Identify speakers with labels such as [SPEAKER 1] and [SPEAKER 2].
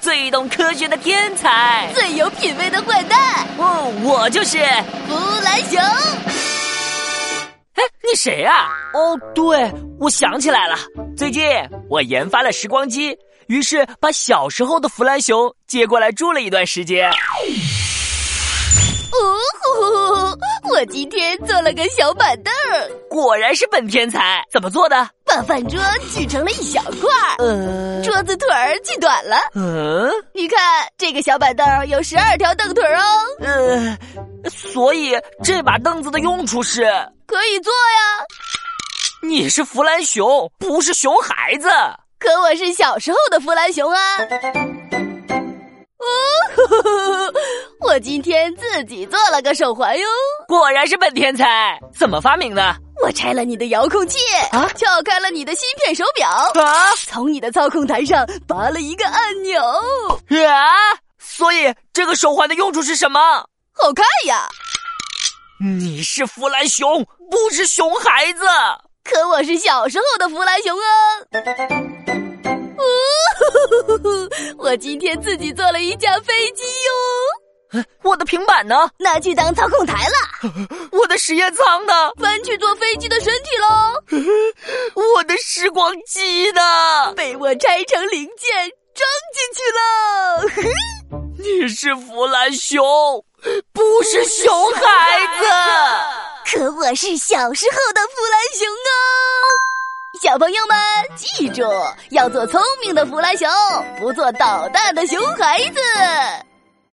[SPEAKER 1] 最懂科学的天才，
[SPEAKER 2] 最有品味的坏蛋
[SPEAKER 1] 哦，我就是。
[SPEAKER 2] 弗兰熊。
[SPEAKER 1] 哎，你谁啊？哦，对，我想起来了，最近我研发了时光机，于是把小时候的弗兰熊接过来住了一段时间。
[SPEAKER 2] 哦呼！我今天做了个小板凳儿，
[SPEAKER 1] 果然是本天才，怎么做的？
[SPEAKER 2] 把饭桌锯成了一小块儿，
[SPEAKER 1] 呃，
[SPEAKER 2] 桌子腿儿锯短了。
[SPEAKER 1] 嗯，
[SPEAKER 2] 你看这个小板凳儿有十二条凳腿儿哦，
[SPEAKER 1] 呃，所以这把凳子的用处是，
[SPEAKER 2] 可以坐呀。
[SPEAKER 1] 你是弗兰熊，不是熊孩子。
[SPEAKER 2] 可我是小时候的弗兰熊啊。哦呼呼呼！我今天自己做了个手环哟，
[SPEAKER 1] 果然是本天才，怎么发明的？
[SPEAKER 2] 我拆了你的遥控器，
[SPEAKER 1] 啊
[SPEAKER 2] 撬开了你的芯片手表，
[SPEAKER 1] 啊
[SPEAKER 2] 从你的操控台上拔了一个按钮，
[SPEAKER 1] 啊！所以这个手环的用处是什么？
[SPEAKER 2] 好看呀。
[SPEAKER 1] 你是弗兰熊，不是熊孩子。
[SPEAKER 2] 可我是小时候的弗兰熊啊！哦， 我今天自己做了一架飞机哟、
[SPEAKER 1] 我的平板呢？
[SPEAKER 2] 拿去当操控台了，
[SPEAKER 1] 我的实验舱呢？
[SPEAKER 2] 搬去做飞机的身体喽，
[SPEAKER 1] 我的时光机呢？
[SPEAKER 2] 被我拆成零件装进去了。
[SPEAKER 1] 你是弗兰熊，不是熊孩
[SPEAKER 2] 可我是小时候的弗兰熊哦！小朋友们记住，要做聪明的弗兰熊，不做捣蛋的熊孩子。